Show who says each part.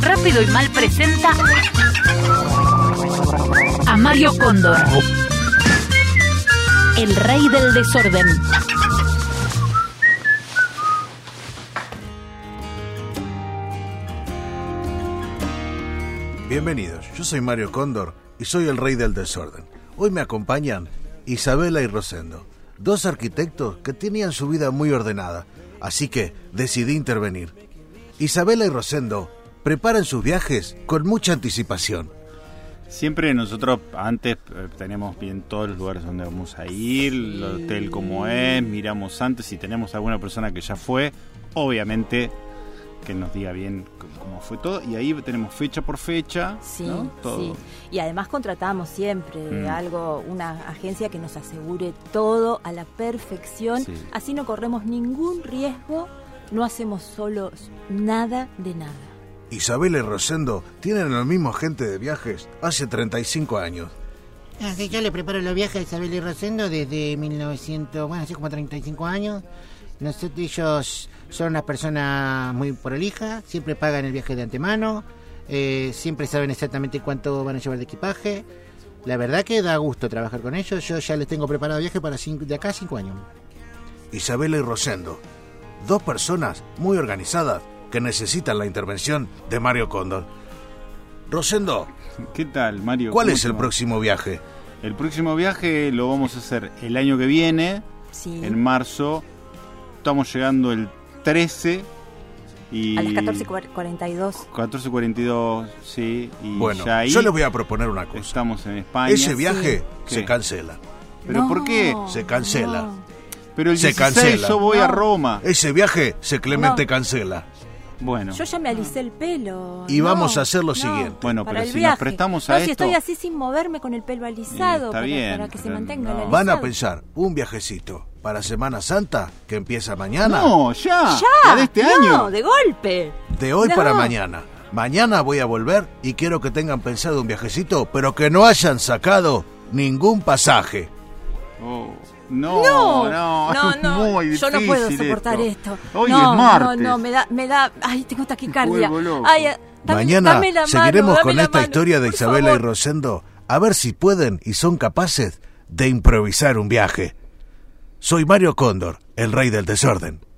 Speaker 1: Rápido y Mal presenta a Mario Cóndor, el rey del desorden.
Speaker 2: Bienvenidos, yo soy Mario Cóndor y soy el rey del desorden. Hoy me acompañan Isabela y Rosendo, dos arquitectos que tenían su vida muy ordenada, así que decidí intervenir. Isabela y Rosendo preparan sus viajes con mucha anticipación.
Speaker 3: Siempre nosotros antes eh, tenemos bien todos los lugares donde vamos a ir, el hotel como es, miramos antes, si tenemos alguna persona que ya fue, obviamente que nos diga bien c- cómo fue todo, y ahí tenemos fecha por fecha,
Speaker 4: Sí,
Speaker 3: ¿no? Todo.
Speaker 4: sí. Y además contratamos siempre de
Speaker 3: Mm.
Speaker 4: algo, una agencia que nos asegure todo a la perfección.
Speaker 3: Sí.
Speaker 4: Así no corremos ningún riesgo, no hacemos solos nada de nada.
Speaker 2: Isabela y Rosendo tienen al mismo agente de viajes hace 35 años.
Speaker 5: Así yo Ah, le preparo los viajes a Isabel y Rosendo desde 1900, bueno, hace como 35 años. Nosotros ellos son una persona muy prolija, siempre pagan el viaje de antemano, eh, siempre saben exactamente cuánto van a llevar de equipaje. La verdad que da gusto trabajar con ellos. Yo ya les tengo preparado viaje para cinco- de acá a 5 años.
Speaker 2: Isabela y Rosendo, dos personas muy organizadas que necesitan la intervención de Mario Cóndor. Rosendo,
Speaker 3: ¿Qué tal, Mario?
Speaker 2: ¿cuál
Speaker 3: ¿Cómo
Speaker 2: es
Speaker 3: te
Speaker 2: el
Speaker 3: va?
Speaker 2: próximo viaje?
Speaker 3: El próximo viaje lo vamos a hacer el año que viene,
Speaker 4: Sí.
Speaker 3: en marzo. Estamos llegando el 13 y...
Speaker 4: A las 14.42.
Speaker 3: 14.42, sí. Y
Speaker 2: Bueno,
Speaker 3: ya ahí
Speaker 2: yo les voy a proponer una cosa.
Speaker 3: estamos en España.
Speaker 2: Ese viaje
Speaker 3: Sí.
Speaker 2: se
Speaker 3: ¿Qué?
Speaker 2: cancela.
Speaker 3: ¿Pero
Speaker 4: No,
Speaker 3: por qué?
Speaker 2: Se cancela.
Speaker 4: Oh, no.
Speaker 3: Pero el
Speaker 2: Se
Speaker 3: 16
Speaker 2: cancela. Eh,
Speaker 3: yo voy a Roma.
Speaker 2: Ese viaje se Clemente
Speaker 4: No.
Speaker 2: cancela.
Speaker 3: Bueno,
Speaker 4: Yo ya me alicé el pelo.
Speaker 2: Y
Speaker 4: No,
Speaker 2: vamos a hacer lo
Speaker 4: no,
Speaker 2: siguiente.
Speaker 3: Bueno,
Speaker 4: para
Speaker 3: pero
Speaker 4: el
Speaker 3: si nos
Speaker 4: viaje.
Speaker 3: prestamos a
Speaker 4: No,
Speaker 3: esto-
Speaker 4: Si estoy así sin moverme con el pelo alisado,
Speaker 3: está
Speaker 4: para,
Speaker 3: bien,
Speaker 4: para que se
Speaker 3: pero
Speaker 4: mantenga
Speaker 3: no.
Speaker 4: el alisado.
Speaker 2: Van a pensar un viajecito para Semana Santa que empieza mañana.
Speaker 3: no, ya.
Speaker 4: ¡Ya!
Speaker 3: la de este
Speaker 4: ¡No!
Speaker 3: año.
Speaker 4: ¡De golpe!
Speaker 2: De hoy
Speaker 4: No.
Speaker 2: para mañana. Mañana voy a volver y quiero que tengan pensado un viajecito, pero que no hayan sacado ningún pasaje.
Speaker 3: Oh, no,
Speaker 4: No,
Speaker 3: no,
Speaker 4: no,
Speaker 3: es
Speaker 4: no,
Speaker 3: muy
Speaker 4: yo no puedo
Speaker 3: difícil
Speaker 4: soportar esto.
Speaker 3: Hoy
Speaker 4: no,
Speaker 3: es martes.
Speaker 4: No, no, me da, me da, ay, tengo taquicardia.
Speaker 3: Vuelvo loco.
Speaker 4: Ay, ah, dame-
Speaker 2: mañana
Speaker 4: dame la mano,
Speaker 2: seguiremos
Speaker 4: dame
Speaker 2: con
Speaker 4: la
Speaker 2: esta
Speaker 4: mano,
Speaker 2: historia de
Speaker 4: por
Speaker 2: Isabela
Speaker 4: favor.
Speaker 2: y Rosendo, a ver si pueden y son capaces de improvisar un viaje. Soy Mario Cóndor, el rey del desorden.